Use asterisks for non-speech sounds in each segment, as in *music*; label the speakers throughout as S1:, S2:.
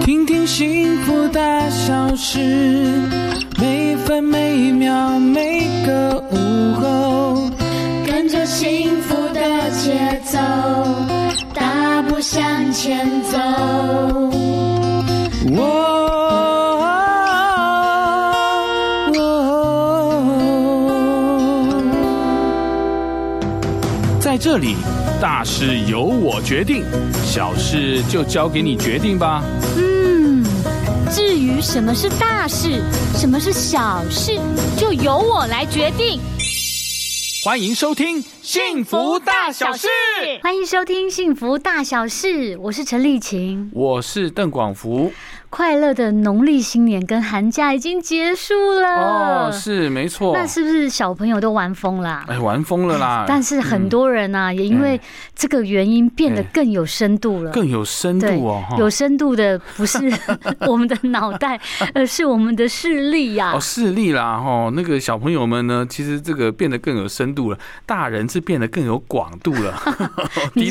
S1: 听听幸福大小事，每分每秒每个午后，
S2: 跟着幸福的节奏，大步向前走。
S1: 哦我。哦在这里，大事由我决定，小事就交给你决定吧。
S3: 嗯，至于什么是大事，什么是小事，就由我来决定。
S1: 欢迎收听《幸福大小事》，
S3: 欢迎收听《幸福大小事》，我是陈丽琴。
S1: 我是邓广福。
S3: 快乐的农历新年跟寒假已经结束了，
S1: 哦，是没错。
S3: 那是不是小朋友都玩疯啦？
S1: 哎，嗯玩疯了啦！
S3: 但是很多人呢、啊，也因为这个原因变
S1: 哎
S3: 得更有深度
S1: 嗯
S3: 了。
S1: 更有深
S3: 对
S1: 度哦，哈，
S3: 有深度的
S1: *laughs*
S3: 不是我们的脑袋，而是我们的视力呀、
S1: 哦视力啦，哈，那个小朋友们呢，其实这个变得更有深度了，大人是变得更有广度
S3: *laughs*
S1: 了。 *laughs*
S3: 你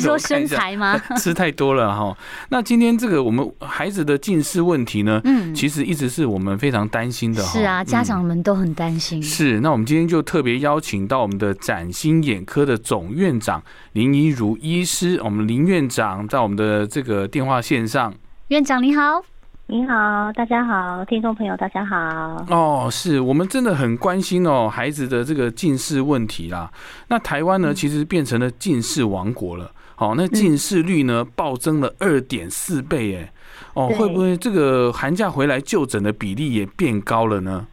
S1: 低
S3: 说
S1: 头看
S3: 身
S1: 一下
S3: 材吗？
S1: *laughs* 吃太多了哈。那今天这个我们孩子的近视问题呢， *laughs*
S3: 嗯，
S1: 其实一直是我们非常担心的哈。
S3: 是啊，家
S1: 嗯
S3: 长们都很担心。
S1: 是，那我们今天就特别邀请到我们的崭新眼科的总院长林怡如医师，我们林院长在我们的这个电话线上
S3: 院长你好，
S2: 你好，大家好，听众朋友大家好。
S1: 哦，是我们真的很关心哦孩子的这个近视问题啦。那台湾
S2: 嗯
S1: 呢，其实变成了近视王国了。好、那近视率呢暴增了二点四倍，哎，哦，
S2: 对
S1: 会不会这个寒假回来就诊的比例也变高了呢？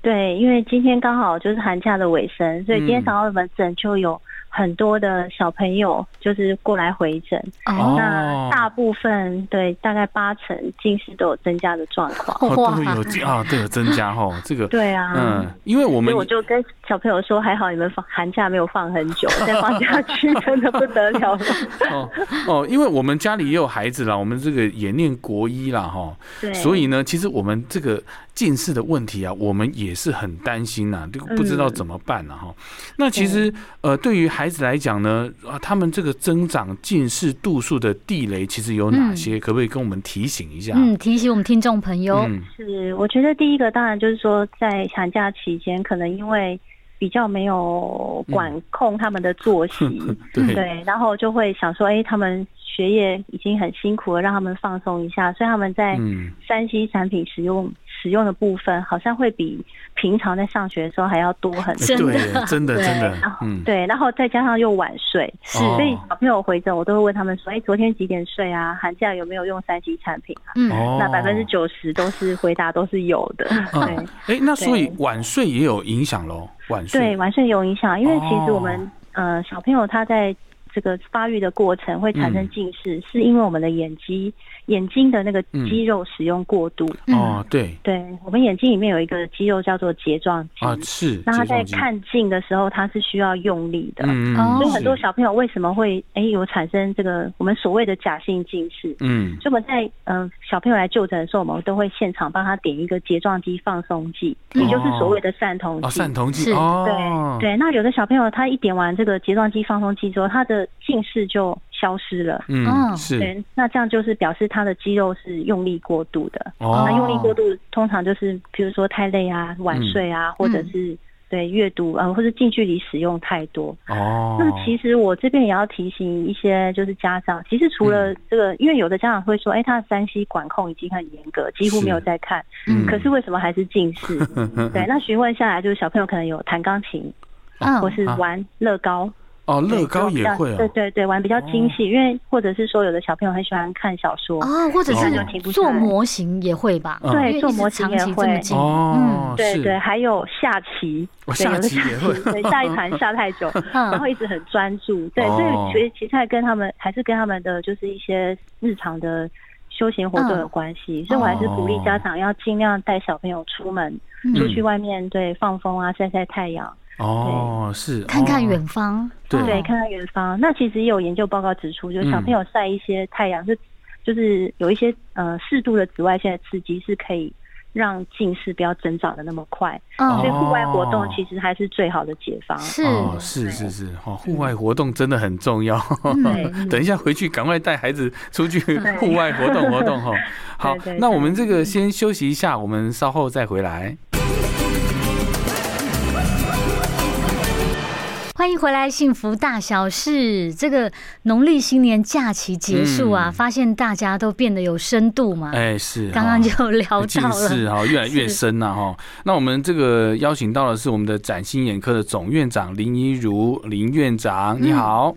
S2: 对，因为今天刚好就是寒假的尾声，所以今天
S1: 嗯
S2: 早上我们诊就有很多的小朋友就是过来回诊，
S1: 哦
S2: 那大部分对大概八成近视都有增加的状况。
S1: 哦，对，有进啊，对，有增加哈、这个，
S2: 对啊，
S1: 嗯，因为我
S2: 所
S1: 们
S2: 以我就跟小朋友说，还好你们放寒假没有放很久，再放下
S1: *laughs*
S2: 去真的不得了了。
S1: 哦哦，因为我们家里也有孩子啦，我们这个也念国医啦哈、
S2: 对，
S1: 所以呢，其实我们这个近视的问题啊，我们也是很担心呐、这个
S2: 嗯
S1: 不知道怎么办啊、哈、那其实呃，对于孩子来讲呢，啊，他们这个增长近视度数的地雷其实有哪
S2: 嗯
S1: 些？可不可以跟我们提醒一下？
S3: 嗯，提醒我们听众朋友，
S1: 嗯
S2: 是我觉得第一个当然就是说，在寒假期间，可能因为比较没有管控他们的作息，
S1: 嗯
S2: *laughs*
S1: 对，
S2: 嗯对，然后就会想说，哎，他们学业已经很辛苦了，让他们放松一下，所以他们在
S1: 嗯，
S2: 三 C 产品使用使用的部分，好像会比平常在上学的时候还要多很多。
S3: 真的
S1: 哎对，真的，
S2: *laughs* 对
S1: 真
S2: 然
S1: 的
S2: 后，
S1: *laughs* 嗯，
S2: 对，然后再加上又晚睡，
S3: 是
S1: 哦
S2: 所以小朋友回诊，我都会问他们说：“哎，昨天几点睡啊？寒假有没有用三 C 产品啊？”
S3: 嗯，
S1: 哦
S2: 那百分之九十都是回答都是有的。
S1: 嗯，哎，那所以
S2: 对
S1: 晚睡也有影响喽，晚
S2: 对，
S1: 睡
S2: 对，，晚睡有影响，因为其实我们、
S1: 哦
S2: 呃小朋友他在这个发育的过程会产生
S1: 嗯
S2: 近视，是因为我们的眼肌眼睛的那个
S1: 嗯
S2: 肌肉使用过度。
S3: 嗯
S1: 哦，对，
S2: 对我们眼睛里面有一个肌肉叫做睫状肌，
S1: 啊，是，
S2: 那他
S1: 睫状
S2: 在
S1: 肌，
S2: 看近的时候，他是需要用力的。
S1: 嗯嗯，
S3: 哦
S2: 所以
S1: 是
S2: 很多，小朋友为什么会哎有产生这个我们所谓的假性近视？
S1: 嗯，
S2: 所以我们在嗯、呃小朋友来就诊的时候，我们都会现场帮他点一个睫状肌放松剂，
S1: 嗯
S2: 也就是所谓的散瞳剂。
S1: 哦，散瞳剂，
S3: 是
S1: 哦
S2: 对，对，那有的小朋友他一点完这个睫状肌放松剂之后，他的近视就消失了。
S1: 嗯，
S3: 哦
S1: 是，
S2: 对，那这样就是表示他的肌肉是用力过度的。
S1: 哦
S2: 那用力过度通常就是比如说太累啊、晚睡
S1: 嗯
S2: 啊，或者是对阅读啊、呃或者近距离使用太多。
S1: 哦，
S2: 那其实我这边也要提醒一些，就是家长，其实除
S1: 嗯
S2: 了这个，因为有的家长会说，哎，他的三 C 管控已经很严格，几乎没有在看，
S1: 嗯
S2: 可是为什么还是近
S1: *laughs*
S2: 视？对，那询问下来，就是小朋友可能有弹钢琴，
S3: 嗯
S2: 或是
S1: 啊
S2: 玩乐高，
S1: 哦，
S2: 对
S1: 乐高
S2: 这种比
S1: 也
S2: 较
S1: 会
S2: 对
S1: 哦，
S2: 对对，玩比较精细，因为或者是说有的小朋友很喜欢看小说，
S3: 哦，或者
S1: 一下就
S3: 是
S2: 停不下
S3: 做
S2: 来
S3: 模型也会吧？
S1: 嗯
S2: 对
S3: 因为
S2: 做
S3: 一直
S2: 模型
S3: 长
S2: 也
S3: 期这么
S2: 会
S3: 近，
S1: 哦，
S3: 嗯
S2: 对
S1: 是
S2: 对，，还有下棋，
S1: 我
S2: 对，
S1: 下
S2: 有的
S1: 棋
S2: 下
S1: 也会，
S2: 棋，对，下一盘下
S1: *laughs*
S2: 太久，然后
S3: 嗯，
S2: 一直很专注，对，
S1: 哦
S2: 所以所以其实还跟他们还是跟他们的就是一些日常的休闲活动有关系，所以我还是
S1: 哦
S2: 鼓励家长要尽量带小朋友出门，出
S3: 嗯，
S2: 去外面对放风啊，晒晒太阳，
S1: 哦，是，
S3: 看看
S1: 哦
S3: 远方，
S1: 对
S3: 哦
S2: 对，看看远方。那其实也有研究报告指出，就是小朋友
S1: 嗯
S2: 晒一些太阳是，就是有一些呃适度的紫外线的刺激是可以。让近视不要增长的那么快。所以
S3: 嗯，
S2: 户外活动
S1: 哦
S2: 其实还是最好的解方。
S3: 是，
S1: 哦，是是是，哦，户外活动真的很重要。
S3: 嗯
S1: *laughs* 等一下回去赶快带孩子出去户外活动活
S2: *laughs*
S1: 动哈。哦好
S2: 对对，
S1: 那
S2: 对
S1: 我们这个先休息一下，我们稍后再回来。
S3: 欢迎回来，《幸福大小事》这个农历新年假期结束啊，
S1: 嗯
S3: 发现大家都变得有深度嘛。
S1: 哎，是，
S3: 刚刚
S1: 哦
S3: 就聊
S1: 近
S3: 到
S1: 视
S3: 了，
S1: 哈、越来越
S3: 是
S1: 深了、哈。那我们这个邀请到的是我们的崭新眼科的总院长林一如林院长，
S3: 嗯
S1: 你好。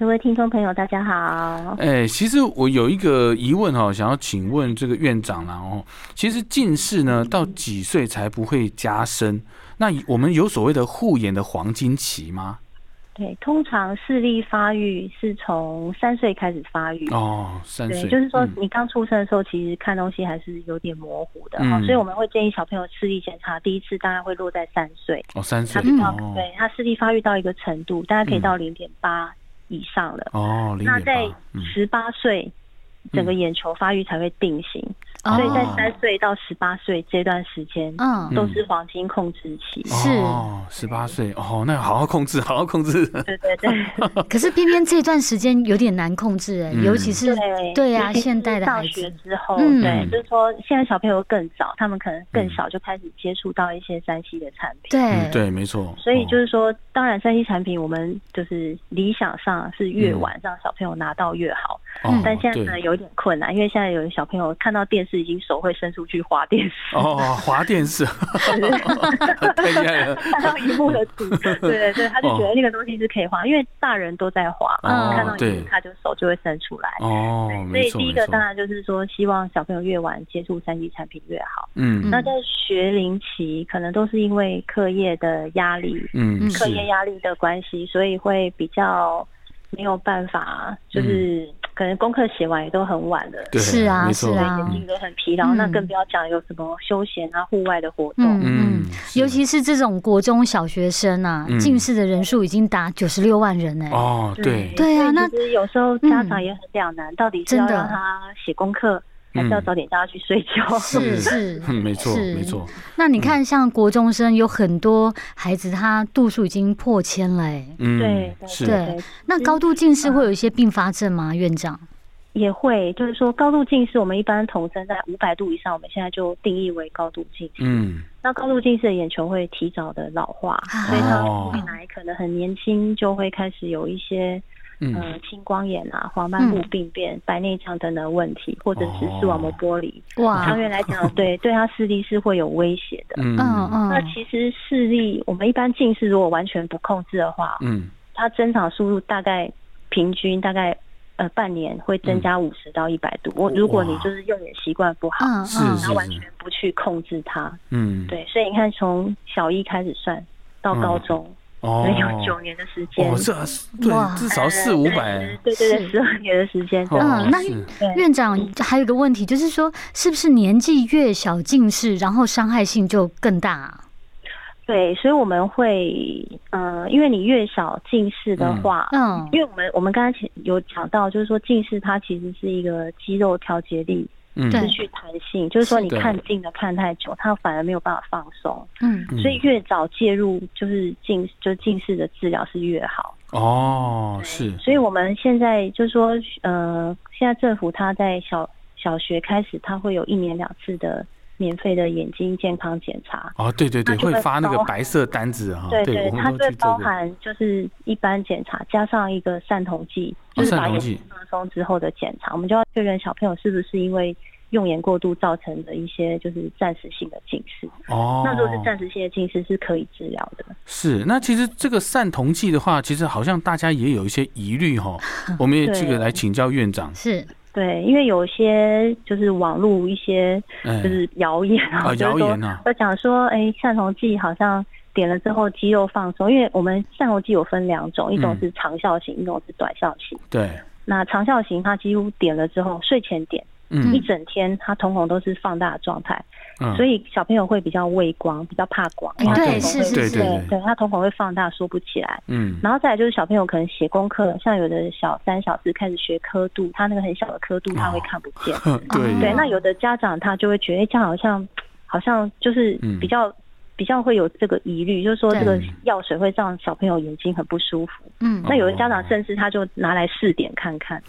S2: 各位听众朋友，大家好。
S1: 哎、其实我有一个疑问哈、想要请问这个院长啦哦。其实近视呢，到几岁才不会加深？那我们有所谓的护眼的黄金期吗？
S2: 对，通常视力发育是从三岁开始发育。
S1: 哦，三
S2: 对
S1: 岁，，
S2: 就是说
S1: 嗯
S2: 你刚出生的时候，其实看东西还是有点模糊的、
S1: 嗯
S2: 哦，所以我们会建议小朋友视力检查第一次大概会落在三岁，
S1: 哦，三岁
S2: 他，比较、
S1: 哦，
S2: 对他视力发育到一个程度，大概可以
S1: 嗯
S2: 到零点八以上了。
S1: 哦，零
S2: 那
S1: 点
S2: 在
S1: 八，嗯，
S2: 十八岁，整个眼球发育才会定型，
S1: 哦
S2: 所以在
S1: 哦
S2: 三岁到十八岁这段时间、
S3: 嗯，
S2: 都是黄金控制期。
S3: 是
S1: 哦，十八岁，哦，那好好控制，好好控制。
S2: *laughs* 对对对，
S3: 可是偏偏这段时间有点难控制哎、
S1: 嗯
S3: 尤其是
S2: 对
S3: 对啊
S2: 尤其是
S3: 现代的
S2: 上
S3: 孩子
S2: 学之后，
S3: 嗯
S2: 对，就是说现在小朋友更早，他们可能更
S1: 嗯
S2: 小就开始接触到一些三 C 的产品。
S3: 对
S1: 嗯，对，没错。
S2: 所以就
S1: 哦
S2: 是说，当然三 C 产品我们就是理想上是越晚让小朋友拿到越好，
S3: 嗯
S1: 哦
S2: 但现在
S1: 对
S2: 呢有点困难，因为现在有的小朋友看到电视已经手会伸出去划电视，
S1: 哦，滑电
S2: *laughs*
S1: 视，太厉害了。
S2: 看到荧幕的图，对对对，他就觉得那个东西是可以划，因为大人都在划，
S1: 哦
S2: 看到荧
S1: 对
S2: 幕他就手就会伸出来。
S1: 哦，
S2: 所以
S1: 没错
S2: 第一
S1: 没
S2: 个
S1: 错
S2: 当。然就是说，希望小朋友越晚接触三 C 产品越好。
S1: 嗯
S2: 那在学龄期，可能都是因为课业的压力，
S1: 嗯
S3: 嗯
S1: 是
S2: 课业压力的关系，所以会比较没有办法，就是
S1: 嗯
S2: 可能功课写完也都很晚了，
S1: 对，
S3: 是啊
S1: 没错
S3: 是啊
S2: 眼睛都很疲劳，
S3: 嗯
S2: 那更不要讲有什么休闲啊、户外的活动。
S3: 嗯嗯，
S1: 是
S3: 尤其是这种国中小学生啊，
S1: 嗯
S3: 近视的人数已经达九十六万人哎、
S1: 哦，对，
S3: 对啊
S2: 嗯所以
S3: 那嗯
S2: 其实有时候家长也很两难，到底是要
S3: 真的
S2: 让他写功课，还是要
S1: 嗯
S2: 早点叫他去睡觉？
S3: 是是。
S1: 嗯 *laughs* 没错
S3: 是
S1: 没错，嗯
S3: 那你看，像国中生有很多孩子，他度数已经破千了哎、
S1: 嗯，
S2: *laughs* 对
S1: 是，
S3: 对那高度近视会有一些并发症吗？院长？
S2: 也会，就是说高度近视，我们一般统称在五百度以上，我们现在就定义为高度近视。
S1: 嗯，
S2: 那高度近视的眼球会提早的老化，
S3: 啊
S2: 所以他
S1: 哦
S2: 未来可能很年轻就会开始有一些
S1: 嗯，
S2: 呃青光眼啊、黄
S3: 嗯
S2: 斑部病变、白内障等等问题，或者是视网膜
S1: 哦
S2: 剥离。
S3: 哇
S1: 啊
S2: 长，远来讲，对对他视力是会有威胁的。
S1: 嗯
S3: 嗯
S1: 嗯
S2: 那
S3: 嗯，
S2: 其实视力，我们一般近视如果完全不控制的话，
S1: 嗯，
S2: 它增长速度大概平均大概呃半年会增
S1: 嗯
S2: 加五十到一百度。我如果你就是用眼习惯不好，
S3: 嗯
S1: 是
S3: 嗯
S2: 然后完全不去控制它，
S1: 嗯，，
S2: 对，所以你看从小一开始算到高中，
S1: 哦，
S2: 有九年的时间，
S1: 哦，这
S3: 哇
S1: 对，至少四五百
S2: 对，对对，
S3: 是
S2: 十二年的时间，对
S1: 哦
S3: 嗯那
S1: 是
S2: 对
S3: 院长还有一个问题，就是说，是不是年纪越小近视，然后伤害性就更大啊、
S2: 对，所以我们会呃，因为你越少近视的话。
S3: 嗯
S2: 因为我们我们刚才前有讲到，就是说近视它其实是一个肌肉调节力
S1: 嗯，
S3: 对
S2: 失去弹性，就是说你
S1: 是的
S2: 看近的看太久，它反而没有办法放松，
S3: 嗯
S1: 嗯
S2: 所以越早介入就是近就是近视的治疗是越好。
S1: 哦，是，
S2: 所以我们现在就是说，呃，现在政府它在小小学开始，它会有一年两次的免费的眼睛健康检查。
S1: 哦，对对对，
S2: 那就
S1: 会
S2: 会
S1: 发那个
S2: 包
S1: 白色单子哈，
S2: 对
S1: 啊我
S2: 它
S1: 们都
S2: 这
S1: 去
S2: 包
S1: 做过，
S2: 含就是一般检查加上一个散瞳剂，
S1: 哦
S2: 就是把
S1: 散瞳
S2: 眼
S1: 剂
S2: 睛放松之后的检查，我们就要确认小朋友是不是因为用眼过度造成的一些就是暂时性的近视。
S1: 哦，
S2: 那如果是暂时性的近视是可以治疗的。
S1: 是，那其实这个散瞳剂的话，其实好像大家也有一些疑虑
S2: *laughs*
S1: 哈，我们也这个
S2: 对
S1: 来请教院长，
S3: 是
S2: 对，因为有些就是网络一些
S1: 哎
S2: 就是谣言啊，
S1: 啊，
S2: *laughs* 就是
S1: 谣
S2: 说
S1: 言啊，
S2: 我讲说，哎，散瞳剂好像点了之后肌肉放松，因为我们散瞳剂有分两种，一
S1: 嗯
S2: 种是长效型，一种是短效型。
S1: 对，
S2: 那长效型它几乎点了之后，睡前点一
S1: 嗯
S2: 整天，它瞳孔都是放大的状态，
S1: 嗯，
S2: 所
S1: 以
S2: 以小朋友会比较畏光，比较怕光，因为
S3: 哎
S2: 他
S3: 对
S2: 瞳孔
S3: 是
S2: 会
S3: 是
S1: 对
S3: 是
S1: 对
S2: 对对，他瞳孔会放大，缩不起来。
S1: 嗯
S2: 然后再来就是小朋友可能写功课，像有的小三小四开始学刻度，
S3: 哦
S2: 哦他那个很小的刻度他会看不见。
S1: 嗯呵对
S3: 嗯
S2: 对，那有的家长他就会觉得，哎，这样好像好像就是
S1: 嗯
S2: 比较、比较会有这个疑虑，就是说
S3: 对
S2: 这个药水会让小朋友眼睛很不舒服。
S1: 哦
S3: 嗯
S2: 那有的家长甚至他就拿来试点看
S1: *laughs*
S2: 看，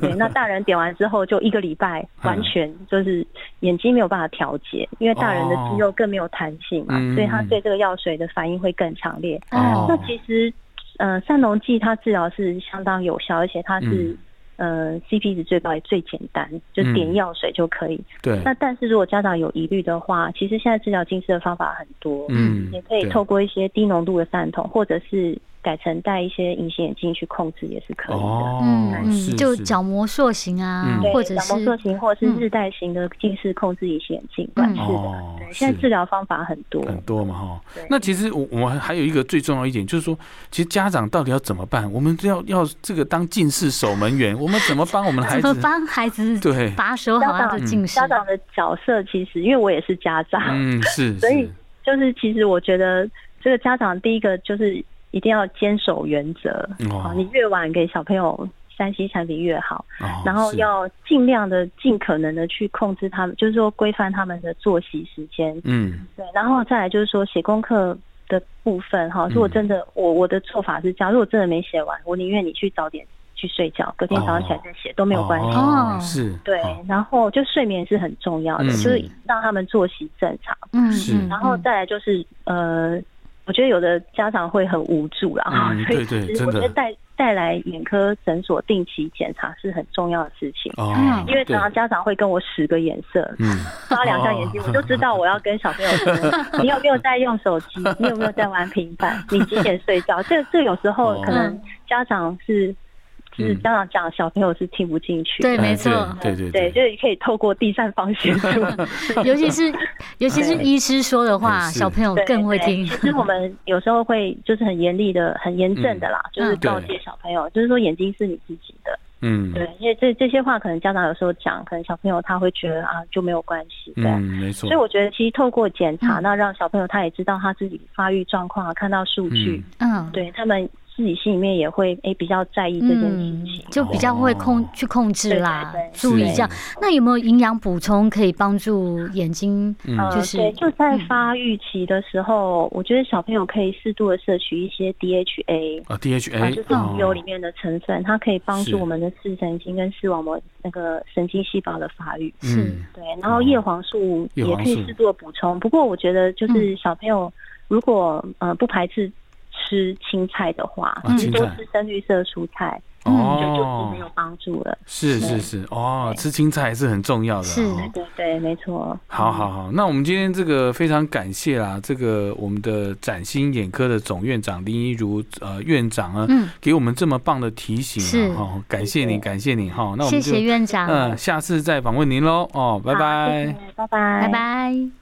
S2: 对，那大人点完之后就一个礼拜
S1: 嗯
S2: 完全就是眼睛没有办法调节，因为大人的肌肉更没有弹性嘛，
S1: 哦嗯
S2: 所以他对这个药水的反应会更强烈。
S3: 哎
S1: 哦
S2: 那其实，呃，散脓剂它治疗是相当有效，而且它是、呃 CP 值最高也最简单，就
S1: 嗯
S2: 点药水就可以。
S1: 对，嗯
S2: 那但是如果家长有疑虑的话，其实现在治疗近视的方法很多，
S1: 嗯
S2: 也可以
S1: 对
S2: 透过一些低浓度的散瞳，或者是改成戴一些隐形眼镜去控制也是可以的。
S1: 哦
S3: 嗯，
S1: 是
S3: 嗯，就是角膜塑形啊
S1: 嗯，
S2: 对，
S3: 或者
S2: 角膜塑
S3: 是
S2: 形或者是
S3: 嗯
S2: 日戴型的近视控制隐形眼镜短视的，
S1: 哦
S2: 对，现在
S1: 是
S2: 治疗方法很多。
S1: 很多嘛哈
S2: 对。
S1: 那其实我我们还有一个最重要一点，就是说，其实家长到底要怎么办？我们要要这个当近视守门员，我们怎么帮我们的孩
S3: *laughs* 怎么
S1: 子？
S3: 帮孩子
S1: 对，
S3: 把守好他的近视
S2: 家？长的角色其实，因为我也是家长，
S1: 嗯，是，
S2: 所以
S1: 是
S2: 就是其实我觉得这个家长第一个就是一定要坚守原则，
S1: 哦
S2: 啊，你越晚给小朋友三 C 产品越好，
S1: 哦
S2: 然后
S1: 是
S2: 要尽量的、尽可能的去控制他们，就是说规范他们的作息时间，
S1: 嗯
S2: 对，然后再来就是说写功课的部分哈，如果
S1: 嗯
S2: 真的我我的做法是这样，如果真的没写完，我宁愿你去早点去睡觉，隔天早上起来再写、都没有关系。
S1: 哦
S3: 哦
S1: 是
S2: 对
S1: 哦，
S2: 然后就睡眠是很重要的，
S1: 嗯
S2: 就是让他们作息正常。
S3: 嗯
S1: 是
S3: 嗯
S2: 然后再来就是呃，我觉得有的家长会很无助啦，哈、 *laughs*
S1: 嗯
S2: 所以
S1: 对对
S2: 其实
S1: 真
S2: 我
S1: 的
S2: 觉得带带来眼科诊所定期检查是很重要的事情。
S1: 哦
S3: 嗯，
S2: 因为
S1: 对
S2: 常常家长会跟我使个眼色，
S1: 嗯
S2: 刷两下眼睛，
S1: 哦
S2: 我就知道我要跟小朋友说，你有没有在用
S1: *laughs*
S2: 手机？你有没有在玩平板？你几点睡觉？这这有时候
S1: 哦
S2: 可能家长是，就是
S1: 嗯
S2: 家长讲，小朋友是听不进去的。
S3: *laughs* 对，没错，
S1: 哎对对
S2: 对，就是可以透过第三方协
S3: *laughs*
S2: 助。
S3: 尤其是尤其是医师说的话，
S1: 哎是
S3: 小朋友
S2: 对
S3: 更会
S2: 对
S3: 听
S2: 其。实我们有时候会就是很严厉的、很严正的啦，就是告
S1: 嗯对
S2: 诫小朋友，就是说眼睛是你自己的。
S1: 嗯
S2: 对，因为这这些话可能家长有时候讲，可能小朋友他会觉得啊就没有关系。对啊，
S1: 嗯，没错，
S2: 所以我觉得其实透过检查，
S3: 嗯
S2: 那让小朋友他也知道他自己发育状况啊，看到数据
S1: 嗯，
S3: 嗯，
S2: 对他们自己心里面也会诶比较在意这件事
S3: 嗯
S2: 情，。
S3: 就比较会控
S1: 哦
S3: 去控制啦
S2: 对对，对
S3: 注意
S2: 是
S3: 这样。那有没有营养补充可以帮助眼睛？
S1: 嗯
S2: 呃，
S3: 就是
S2: 对，就在发育期的时候，我觉得小朋友可以适度的摄取一些 DHA，
S1: 啊
S2: 啊，就
S1: DHA
S2: 是鱼油
S1: 哦
S2: 里面的成分，它可以帮
S1: 是
S2: 助我们的视神经跟视网膜那个神经细胞的发育。
S1: 嗯
S2: 对，然后叶黄素
S1: 哦叶
S2: 也
S1: 黄
S2: 可以
S1: 素
S2: 适度的补充。不过我觉得就是
S3: 嗯
S2: 小朋友如果呃不排斥吃青菜的话，
S1: 啊
S2: 其
S1: 青
S2: 实多
S1: 菜
S2: 吃深绿色蔬菜，
S3: 嗯
S2: 就就是
S1: 哦
S2: 没有帮助了。
S1: 是是是哦，吃青菜是很重要的
S3: 是
S1: 哦
S2: 对对对，没错。
S1: 好好好，那我们今天这个非常感谢啦，这个我们的崭新眼科的总院长林一如呃院长啊，
S3: 嗯，
S1: 给我们这么棒的提醒
S3: 是
S1: 啊，哦，感谢你，感谢你哈、那我
S3: 谢
S1: 们就
S3: 谢院长，
S1: 嗯、下次再访问您喽哦，拜
S2: 好
S1: 拜。
S2: 谢谢拜拜，
S3: 拜。拜。